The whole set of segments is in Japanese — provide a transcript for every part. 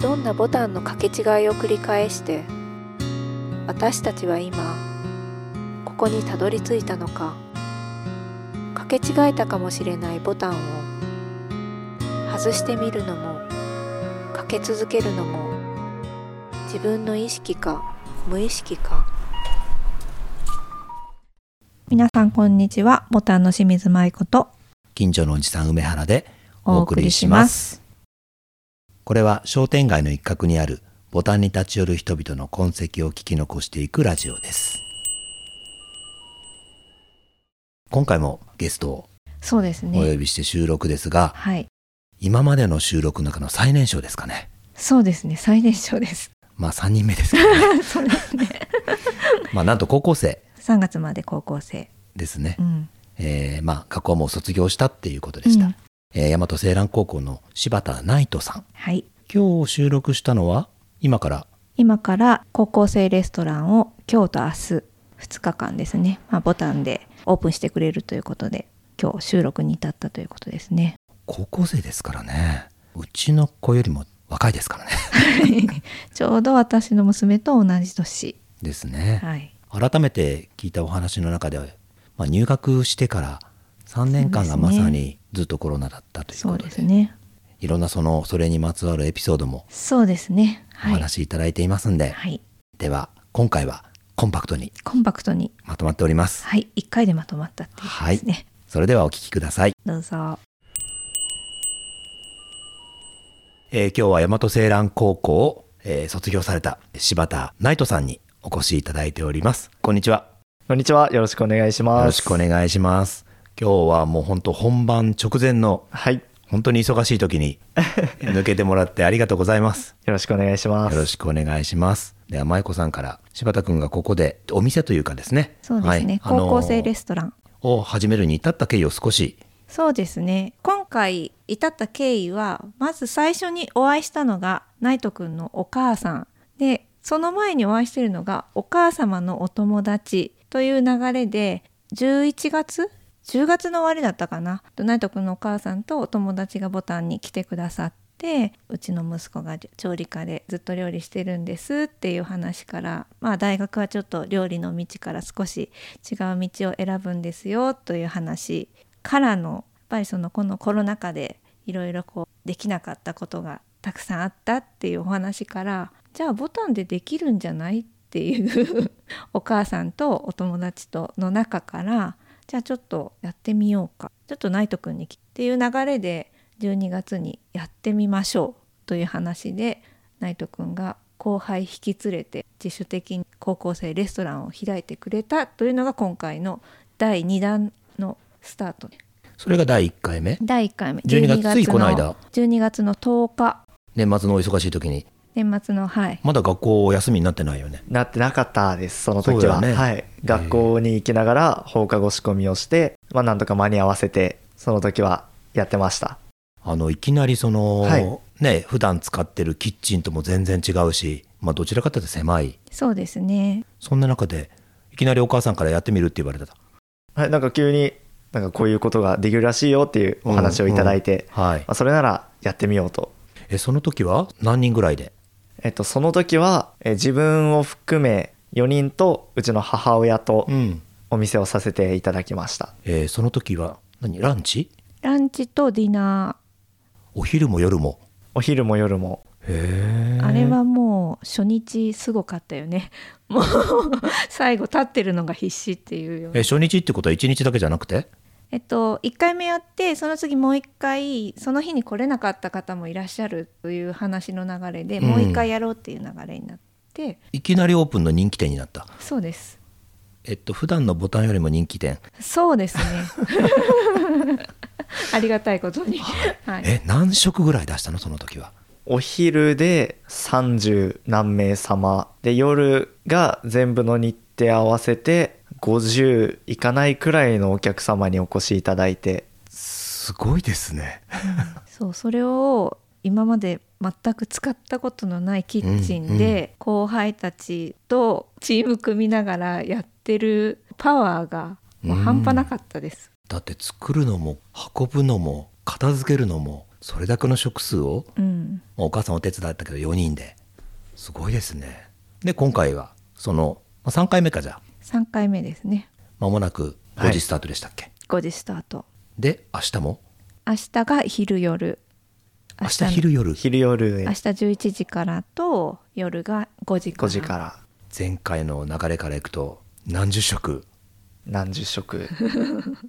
どんなボタンの掛け違いを繰り返して私たちは今ここにたどり着いたのか掛け違えたかもしれないボタンを外してみるのもかけ続けるのも自分の意識か無意識か皆さんこんにちはボタンの清水舞子と近所のおじさん梅原でおお送送りりししまますすこれは商店街の一角にあるボタンに立ち寄る人々の痕跡を聞き残していくラジオです今回もゲストをそうですおね呼びして収録ですが、はい今までの収録の中の最年少ですかねそうですね最年少です まあ3人目ですけど ねそうですねまあなんと高校生3月まで高校生ですね、うんえーまあ学校はもう卒業したっていうことでした、うんえー大和青蘭高校の柴田ナイトさんはい今日収録したのは今から今から高校生レストランを今日と明日2日間ですね、まあ、ボタンでオープンしてくれるということで今日収録に至ったということです ね高校生ですからねうちの子よりも若いですからね ちょうど私の娘と同じ年ですねはい改めて聞いたお話の中では、まあ、入学してから3年間がまさにずっとコロナだったというそこうとでですねいろんなそのそれにまつわるエピソードもそうですねおはい、話しいただいていますんで、はい、では今回はコンパクトにコンパクトにまとまっておりますはい1回でまとまったっていうことですね、それではお聞きください、どうぞえー今日は大和青蘭高校を、えー卒業された柴田ナイトさんにお越しいただいておりますこんにちはこんにちは。よろしくお願いします。よろしくお願いします。今日はもう本当本番直前のはい。よ本当に忙しい 時に抜けてもらってありがとうございます。ろしくお願いしまよす。ろしくお願いします。では舞子さんから柴田くんがここでお店というかですね。そうですね、はい高校生レあストランのを始めるに至った経緯を少し。そうですね今回至った経緯はまず最初にお会いしたのがナイトくんのお母さんでその前にお会いしてるのがお母様のお友達という流れで11月10月の終わりだったかなナイトくんのお母さんとお友達がボタンに来てくださってうちの息子が調理科でずっと料理してるんですっていう話からまあ大学はちょっと料理の道から少し違う道を選ぶんですよという話からのやっぱりそのこのコロナ禍でいろいろこうできなかったことがたくさんあったっていうお話からじゃあボタンでできるんじゃないっていうお母さんとお友達との中からじゃあちょっとやってみようかちょっとナイトくんにっていう流れで12月にやってみましょうという話でナイトくんが後輩引き連れて自主的に高校生レストランを開いてくれたというのが今回の第2弾のスタートそれが第1回目。第1回目12月ついこの間12月の10日年末のお忙しい時に。年末のはいまだ学校お休みになってないよね。なってなかったです、その時そは。うだよねはい。学校に行きながら放課後仕込みをして、まあなんとか間に合わせて、その時はやってました。あのいきなりその、はいね普段使ってるキッチンとも全然違うし、まあ、どちらかというと狭いそうですねそんな中でいきなりお母さんからやってみるって言われたとはい。なんか急に、なんかこういうことができるらしいよっていうお話をいただいて、はいまあ、それならやってみようと。えその時は何人ぐらいでえっと、その時は、え自分を含め4人とうちの母親とん、お店をさせていただきました。えーその時は何ランチランチとディナお昼も夜もお昼も夜もへーあれはもう初日すごかったよね もう最後立ってるのが必死っていうようなえ初日ってことは1日だけじゃなくてえっと、1回目やってその次もう1回その日に来れなかった方もいらっしゃるという話の流れで、うんもう1回やろうっていう流れになっていきなりオープンの人気店になったそうですえっと普段のボタンよりも人気店そう ですね ありがたいことに、はい、え何食ぐらい出したのその時はお昼で30何名様で夜が全部の日程合わせて50いかないくらいのお客様にお越しいただいてすごいですねそうそれを今まで全く使ったことのないキッチンで、後輩たちとチーム組みながらやってるパワーがもう半端なかったです、だって作るのも運ぶのも片付けるのもそれだけの食数を、うんまあお母さんお手伝いだったけど4人ですごいですねで今回はそのまあ3回目かじゃあ3回目ですね間もなく5時スタートでしたっけ、 5時スタートで明日も明日が昼夜明日の昼夜昼夜明日11時からと夜が5時から5時から前回の流れからいくと何十食何十食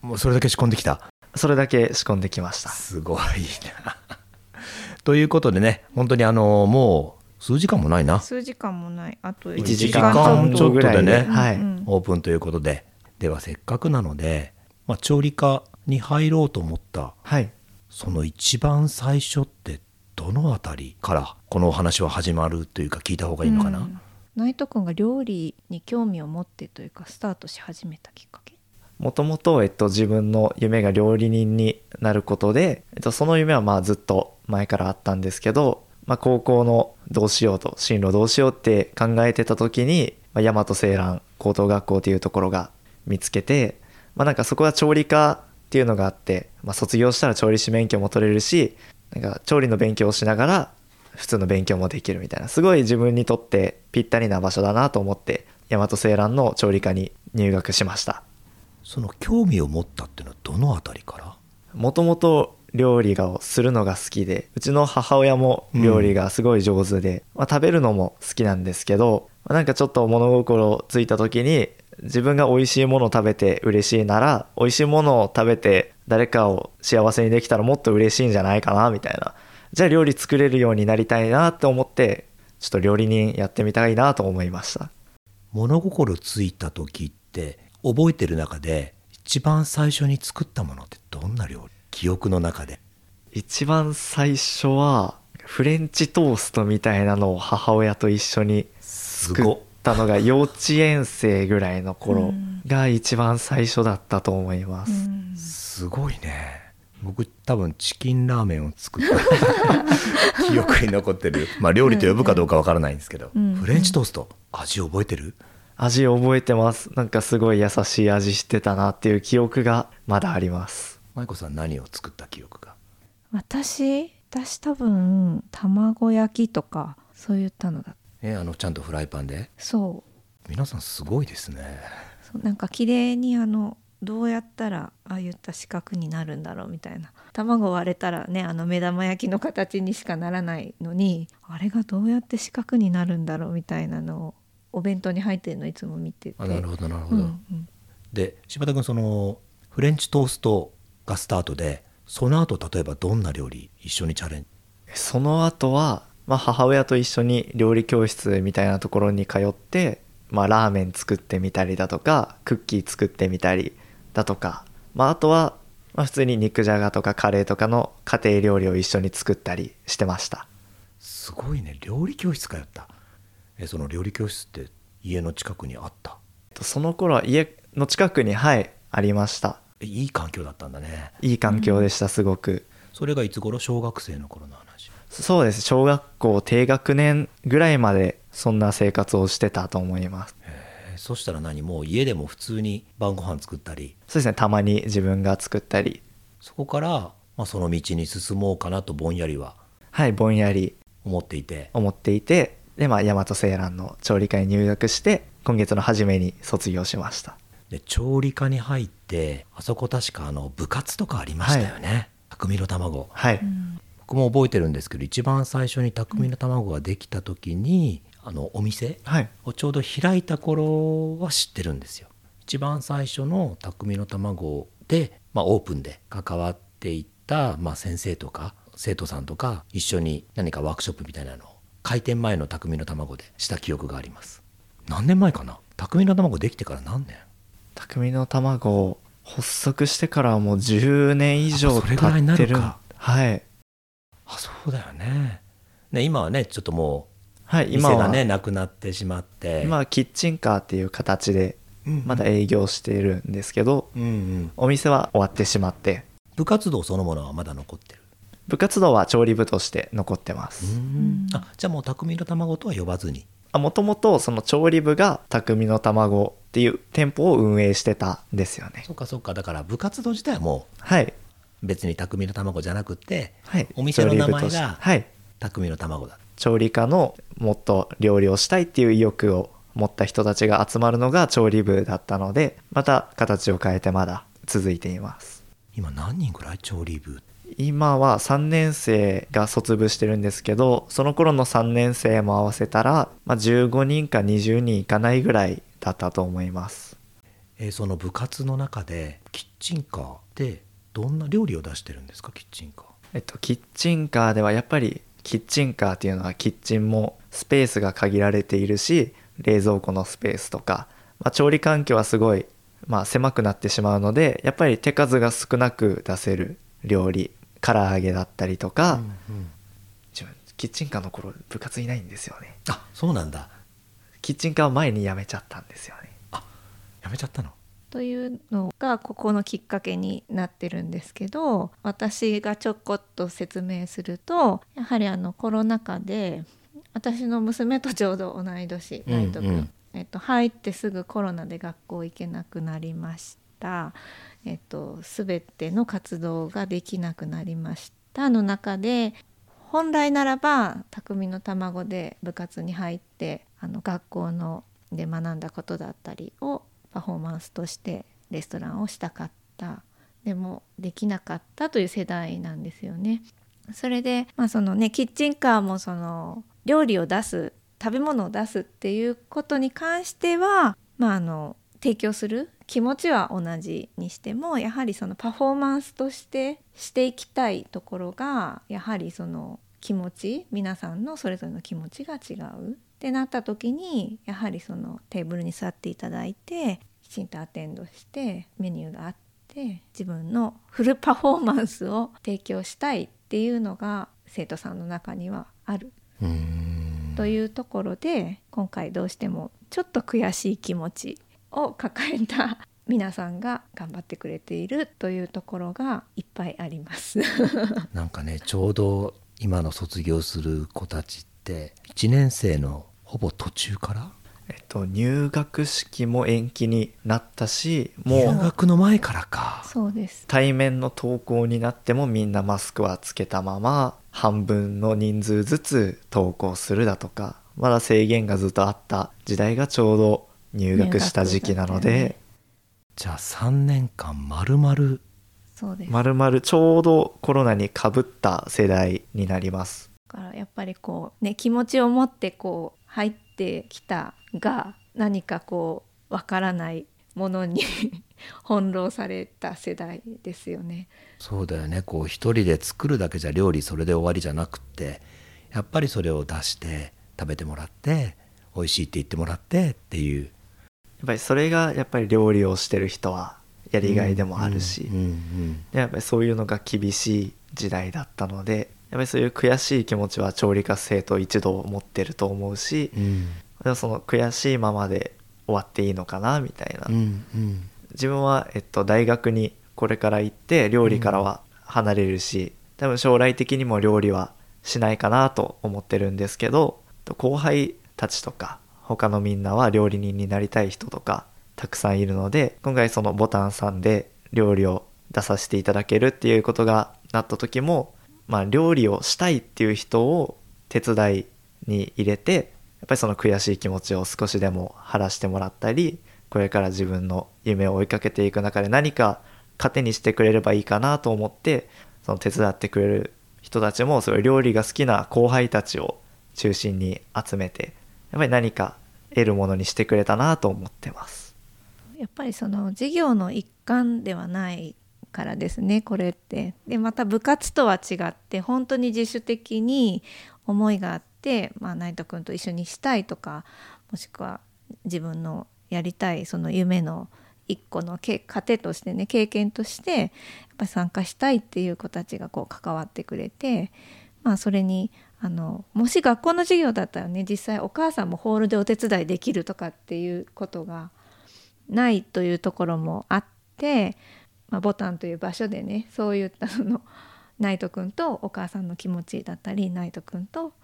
もうそれだけ仕込んできたそれだけ仕込んできましたすごいな ということでね本当にあのもう数時間もないな数時間もないあと1一時時間間ちょっとぐらいちょっとでねはい、うんうんオープンということでではせっかくなので、まあ、調理科に入ろうと思ったはいその一番最初ってどのあたりからこのお話は始まるというか聞いた方がいいのかな、うんナイト君が料理に興味を持ってというかスタートし始めたきっかけもともと、えっと、自分の夢が料理人になることで、えっと、その夢はまあずっと前からあったんですけど、まあ、高校のどうしようと進路どうしようって考えてた時に、まあ、大和青蘭高等学校というところが見つけて、まあ、なんかそこは調理科っていうのがあって、まあ、卒業したら調理師免許も取れるしなんか調理の勉強をしながら普通の勉強もできるみたいなすごい自分にとってぴったりな場所だなと思って大和青蘭の調理科に入学しました。その興味を持ったっていうのはどのあたりからもともと料理がするのが好きでうちの母親も料理がすごい上手で、まあ、食べるのも好きなんですけどまあなんかちょっと物心ついた時に自分が美味しいものを食べて嬉しいなら美味しいものを食べて誰かを幸せにできたらもっと嬉しいんじゃないかなみたいなじゃあ料理作れるようになりたいなって思ってちょっと料理人やってみたいなと思いました物心ついた時って覚えてる中で一番最初に作ったものってどんな料理記憶の中で一番最初はフレンチトーストみたいなのを母親と一緒にす作っごたのが幼稚園生ぐらいのう頃んが一番最初だったと思います、すごいね僕多分チキンラーメンを作っ た記憶に残ってるまあ料理と呼ぶかどうかわからないんですけど、うんうんフレンチトースト味覚えてる味覚えてますなんかすごい優しい味してたなっていう記憶がまだあります舞子さん何を作った記憶が私私多分卵焼きとかそういったのだね、あのちゃんとフライパンでそう皆さんすごいですねそうなんか綺麗にあのどうやったらああいった四角になるんだろうみたいな卵割れたらねあの目玉焼きの形にしかならないのにあれがどうやって四角になるんだろうみたいなのをお弁当に入ってるのいつも見ててあなるほどなるほど、うんうんで柴田君そのフレンチトーストがスタートでその後例えばどんな料理一緒にチャレンジその後は、まあ、母親と一緒に料理教室みたいなところに通って、まあ、ラーメン作ってみたりだとかクッキー作ってみたりだとか、まあ、あとは、まあ、普通に肉じゃがとかカレーとかの家庭料理を一緒に作ったりしてましたすごいね料理教室通ったえその料理教室って家の近くにあったその頃は家の近くにはいありましたえいい環境だったんだねいい環境でしたすごく、それがいつ頃小学生の頃の話そうです小学校低学年ぐらいまでそんな生活をしてたと思いますえそしたら何もう家でも普通に晩ご飯作ったりそうですねたまに自分が作ったりそこから、まあ、その道に進もうかなとぼんやりははいぼんやり思っていて思っていてでまあ大和青蘭の調理科に入学して今月の初めに卒業しましたで調理科に入ってあそこ確かあの部活とかありましたよね、匠の卵はい、僕も覚えてるんですけど一番最初に匠の卵ができた時に、あのお店はいをちょうど開いた頃は知ってるんですよ一番最初の匠の卵で、まあ、オープンで関わっていった、まあ、先生とか生徒さんとか一緒に何かワークショップみたいなのを開店前の匠の卵でした記憶があります何年前かな匠の卵できてから何年匠の卵を発足してからもう10年以あ上それぐらいに経なってるるかはい、あそうだよねね今はねちょっともはうい、店今はがねなくなってしまって今はキッチンカーっていう形でまだ営業してるんですけど、うんうん、お店は終わってしまって部活動そのものはまだ残ってる、部活動は調理部として残ってます、んあじゃあもう匠の卵とは呼ばずにあもともとその調理部が匠の卵っていう店舗を運営してたんですよねそうかそうかだから部活動自体はもうはい別に匠の卵じゃなくってはい、お店の名前が調理部としてはい、匠の卵だ調理家のもっと料理をしたいっていう意欲を持った人たちが集まるのが調理部だったのでまた形を変えてまだ続いています今何人ぐらい調理部今は3年生が卒部してるんですけどその頃の3年生も合わせたら、まあ、15人か20人いかないぐらいだったと思いますえーその部活の中でキッチンカーってどんな料理を出してるんですかキッチンカーえっと、キッチンカーではやっぱりキッチンカーっていうのはキッチンもスペースが限られているし冷蔵庫のスペースとか、まあ、調理環境はすごい、まあ、狭くなってしまうのでやっぱり手数が少なく出せる料理唐揚げだったりとか、自分キッチンカーの頃部活いないんですよねあそうなんだキッチンカーを前に辞めちゃったんですよねやめちゃったのというのがここのきっかけになってるんですけど私がちょこっと説明するとやはりあのコロナ禍で私の娘とちょうど同い年うんナイト君、うんえっと、入ってすぐコロナで学校行けなくなりました、えっと、全ての活動ができなくなりましたの中で本来ならば匠の卵で部活に入ってあの学校ので学んだことだったりをパフォーマンスとしてレストランをしたかったでもできなかったという世代なんですよね。それで、まあそのね、キッチンカーもその料理を出す食べ物を出すっていうことに関しては、まあ、あの提供する気持ちは同じにしてもやはりそのパフォーマンスとしてしていきたいところがやはりその気持ち皆さんのそれぞれの気持ちが違うってなった時にやはりそのテーブルに座っていただいてきちんとアテンドしてメニューがあって。で自分のフルパフォーマンスを提供したいっていうのが生徒さんの中にはあるうーんというところで今回どうしてもちょっと悔しい気持ちを抱えた 皆さんが頑張ってくれているというところがいっぱいあります。なんかねちょうど今の卒業する子たちって1年生のほぼ途中からえっと入学式も延期になったし入もう学の前からか そうです対面の登校になってもみんなマスクはつけたまま半分の人数ずつ登校するだとかまだ制限がずっとあった時代がちょうど入学した時期な入学のだったでよねじゃあ3年間まるまるそうですまるまるちょうどコロナにかぶった世代になりますだからやっぱりこうね気持ちを持ってこう入ってきたが何かこうわからないものに 翻弄された世代ですよね。そうだよねこう一人で作るだけじゃ料理それで終わりじゃなくってやっぱりそれを出して食べてもらって美味しいって言ってもらってっていうやっぱりそれがやっぱり料理をしてる人はやりがいでもあるし、うんうんうんでやっぱりそういうのが厳しい時代だったのでやっぱりそういう悔しい気持ちは調理家生徒一同持ってると思うし、うんでもその悔しいままで終わっていいのかなみたいな、うんうん自分は、えっと、大学にこれから行って料理からは離れるし、多分将来的にも料理はしないかなと思ってるんですけど後輩たちとか他のみんなは料理人になりたい人とかたくさんいるので今回そのボタンさんで料理を出させていただけるっていうことがなった時も、まあ、料理をしたいっていう人を手伝いに入れてやっぱりその悔しい気持ちを少しでも晴らしてもらったりこれから自分の夢を追いかけていく中で何か糧にしてくれればいいかなと思ってその手伝ってくれる人たちもすごい料理が好きな後輩たちを中心に集めてやっぱり何か得るものにしてくれたなと思ってます。やっぱりその授業の一環ではないからですねこれって。でまた部活とは違って本当に自主的に思いがあって、まあ、ナイト君と一緒にしたいとかもしくは自分のやりたいその夢の一個のけ糧としてね経験としてやっぱり参加したいっていう子たちがこう関わってくれて、まあ、それにあのもし学校の授業だったらね実際お母さんもホールでお手伝いできるとかっていうことがないというところもあって、まあ、ボタンという場所でねそういったそのナイトくんとお母さんの気持ちだったりナイトくんと、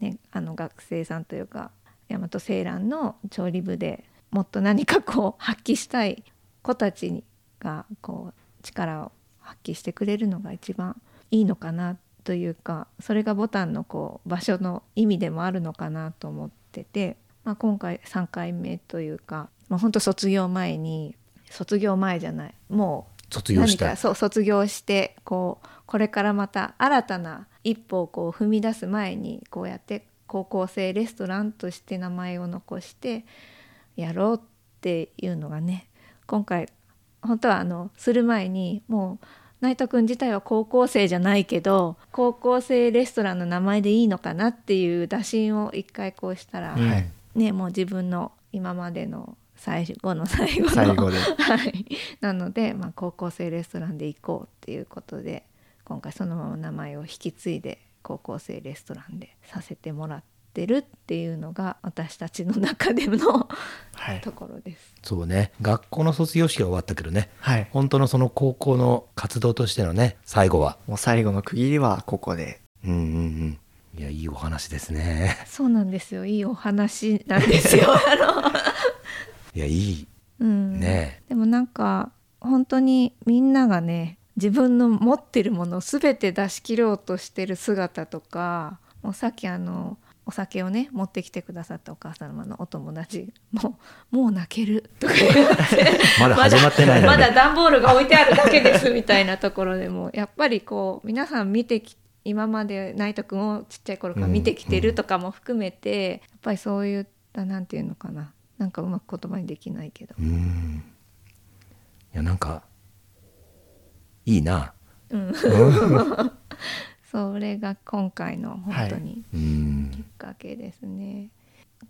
ね、あの学生さんというか大和青蘭の調理部でもっと何かこう発揮したい子たちがこう力を発発揮してくれるのが一番いいのかなというかそれがボタンのこう場所の意味でもあるのかなと思ってて、まあ、今回3回目というか、まあ、本当卒業前に卒業前じゃないもう卒業した何かそう卒業してこうこれからまた新たな一歩をこう踏み出す前にこうやって高校生レストランとして名前を残してやろうっていうのがね今回本当はあのする前にもう内藤君自体は高校生じゃないけど高校生レストランの名前でいいのかなっていう打診を一回こうしたら、うんはいねもう自分の今までの最後の最後の最 後ではい、なので、まあ、高校生レストランで行こうっていうことで今回そのまま名前を引き継いで高校生レストランでさせてもらってるっていうのが私たちの中でのはいところです。そうね学校の卒業式は終わったけどねはい本当のその高校の活動としてのね最後はもう最後の区切りはここでうんうんうんいやいいお話ですね そうなんですよいいお話なんです よあいやいいの、うんねでもなんか本当にみんながね自分の持ってるものを全て出し切ろうとしてる姿とかもうさっきあのお酒をね持ってきてくださったお母様のお友達もう「もう泣ける」とか言ってまだ始まってないの まだで段ボールが置いてあるだけですみたいなところでもやっぱりこう皆さん見てき今までナイト君をちっちゃい頃から見てきてるとかも含めて、やっぱりそういったなんていうのかななんかうまく言葉にできないけどう、んいやなんかいいなうん、 それが今回の本当にうんきっかけですね。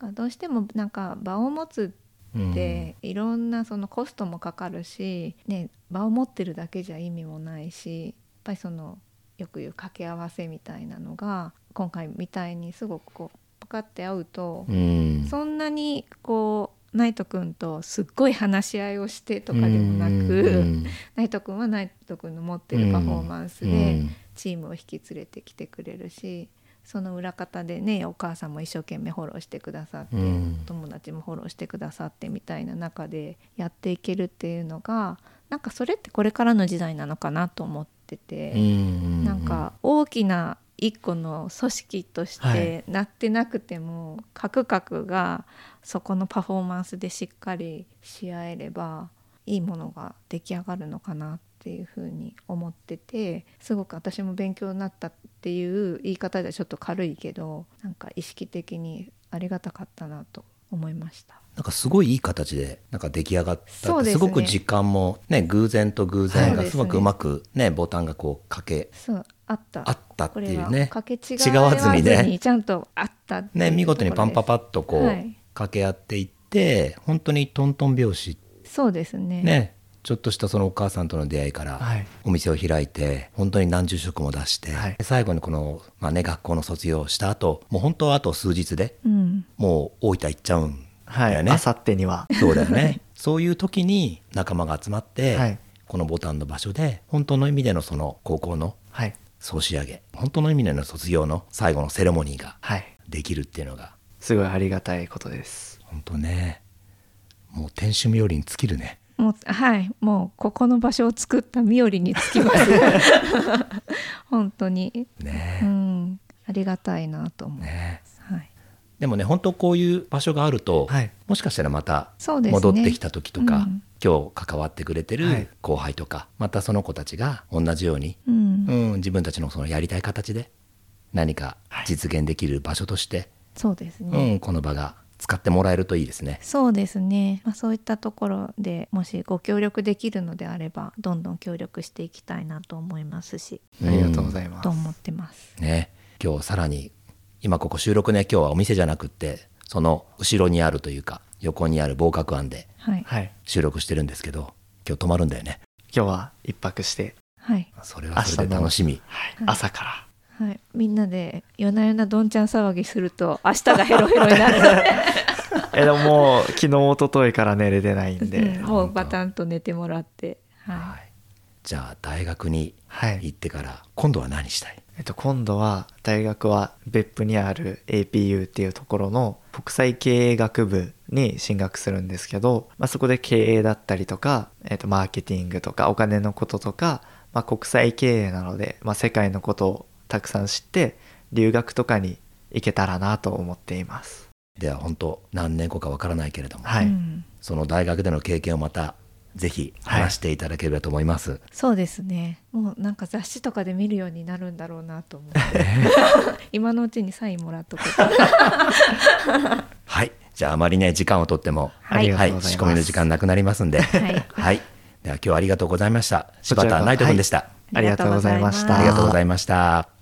なんかどうしてもなんか場を持つうんっていろんなそのコストもかかるし、ね、場を持ってるだけじゃ意味もないしやっぱりそのよく言う掛け合わせみたいなのが今回みたいにすごくこうパカッて合うと、うんそんなにこうナイト君とすっごい話し合いをしてとかでもなく、うんナイト君はナイト君の持ってるパフォーマンスで。うんチームを引き連れてきてくれるしその裏方でねお母さんも一生懸命フォローしてくださって、うん友達もフォローしてくださってみたいな中でやっていけるっていうのがなんかそれってこれからの時代なのかなと思ってうて、んなんか大きな一個の組織としはてなってなくても、各々がそこのパフォーマンスでしっかりし合えればいいものが出来上がるのかなっていうふうに思っててすごく私も勉強になったっていう言い方ではちょっと軽いけどなんか意識的にありがたかったなと思いました。なんかすごいいい形でなんか出来上がったってそうですねごく時間もね偶然と偶然そうでがすねすごくうまくねボタンがこうかけそうあったあったってこいれうはねかけ違違わわずずににねちゃんとあったっていうね見事にパンパとこパッとこはうい掛け合っていって本当にトントン拍子ろですそうですねねちょっとしたそのお母さんとの出会いかはらいお店を開いて本当に何十食も出してはい最後にこのまあね学校の卒業した後もう本当はあと数日でうんもう大分行っちゃうんはだよいねあさってにはそうだよね そういう時に仲間が集まって、はいこのボタンの場所で本当の意味でのその高校のはい総仕上げ本当の意味での卒業の最後のセレモニーがはいできるっていうのがすごいありがたいことです本当ねもう天守冥利に尽きるねもうはいもうここの場所を作ったみよりにつき ます本当にうねんありがたいなと思う、ねはい、でもね本当こういう場所があると、はいもしかしたらまたそうですね戻ってきた時とか、うん今日関わってくれてはるい後輩とか、またその子たちが同じようにうんうん、自分たちのそのやりたい形で何か実現できる場所として、そうですね、うん、この場が使ってもらえるといいですね。そうですね、まあ、そういったところでもしご協力できるのであればどんどん協力していきたいなと思いますしありがとうございますと思ってますね、今日さらに今ここ収録ね今日はお店じゃなくってその後ろにあるというか横にある防角庵ではいはい収録してるんですけど今日泊まるんだよね。今日は一泊してはい、それはそれで楽しみ。はいはい朝からはい、みんなで夜な夜などんちゃん騒ぎすると明日がヘロヘロになるのでえでももう昨日一昨日から寝れてない んで、うんもうバタンと寝てもらって、はいはい、じゃあ大学には行っいてから今度は何したいえっと、今度は大学は別府にある APU っていうところの国際経営学部に進学するんですけど、まあ、そこで経営だったりとか、えっと、マーケティングとかお金のこととか、まあ、国際経営なので、まあ、世界のことをたくさん知って留学とかに行けたらなと思っています。では本当何年後かわからないけれども、はい、うんその大学での経験をまたぜひ話していただければと思います、そうですねもうなんか雑誌とかで見るようになるんだろうなと思って今のうちにサインもらっとこうはい。じゃあ、あまりね、時間をとっても、はいありがとうございます仕込みの時間なくなりますんで、はいでは、今日はありがとうございました。こち柴らこそ田ナイト君でした。ありがとうございました。はいありがとうございました。